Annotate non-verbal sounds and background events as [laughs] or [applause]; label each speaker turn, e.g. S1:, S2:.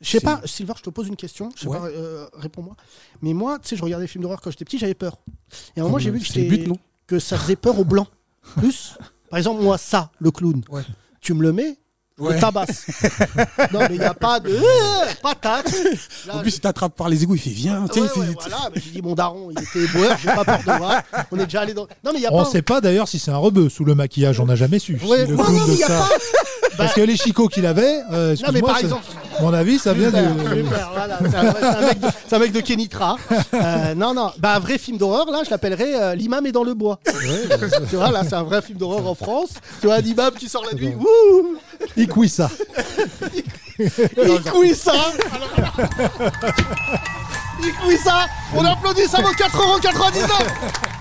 S1: Je sais
S2: C'est-
S1: pas, Silver, je te pose une question. Je sais
S2: Ouais.
S1: pas, euh, réponds-moi. Mais moi, tu sais, je regardais les films d'horreur quand j'étais petit, j'avais peur. Et à un moment, j'ai vu que,
S2: C'est le but,
S1: j'étais-
S2: non
S1: que ça faisait peur aux
S2: [laughs]
S1: blancs. Plus, par exemple, moi, ça, le clown,
S2: Ouais.
S1: tu me le mets, je
S2: Ouais.
S1: le
S2: [laughs]
S1: tabasse. non, mais il n'y a pas de. Euh, patate Là,
S2: En plus, il t'attrape par les égouts, il fait viens.
S1: je-
S2: tu sais,
S1: ouais,
S2: il fait-
S1: ouais, voilà, mais j'ai dit mon daron, il était éboueur, j'ai pas peur de voir. On est déjà allé dans. Non, mais il n'y a
S3: On
S1: pas.
S3: sait pas d'ailleurs si c'est un rebeu sous le maquillage, on n'a jamais su. si
S1: Ah, Ouais,
S3: le
S1: non,
S3: clown
S1: non,
S3: de
S1: mais y a
S3: ça-
S1: pas. Bah.
S3: Parce que les chicots qu'il avait, euh,
S1: Non, mais
S3: excuse-moi,
S1: par
S3: ça-
S1: exemple. Bah.
S3: mon avis, ça vient
S1: Super,
S3: du. [laughs]
S1: super, voilà, c'est un, vrai- c'est un mec de- c'est un mec de Kenitra. Euh, non, non, bah, un vrai film d'horreur, là, je l'appellerais euh, L'imam est dans le bois. tu vois, là, c'est un vrai film d'horreur en France. Tu vois, un imam qui sort la nuit, wouh,
S3: Iquissa.
S1: il couille ça. Alors, alors. Il couille ça. On applaudit ça vaut 4,99€.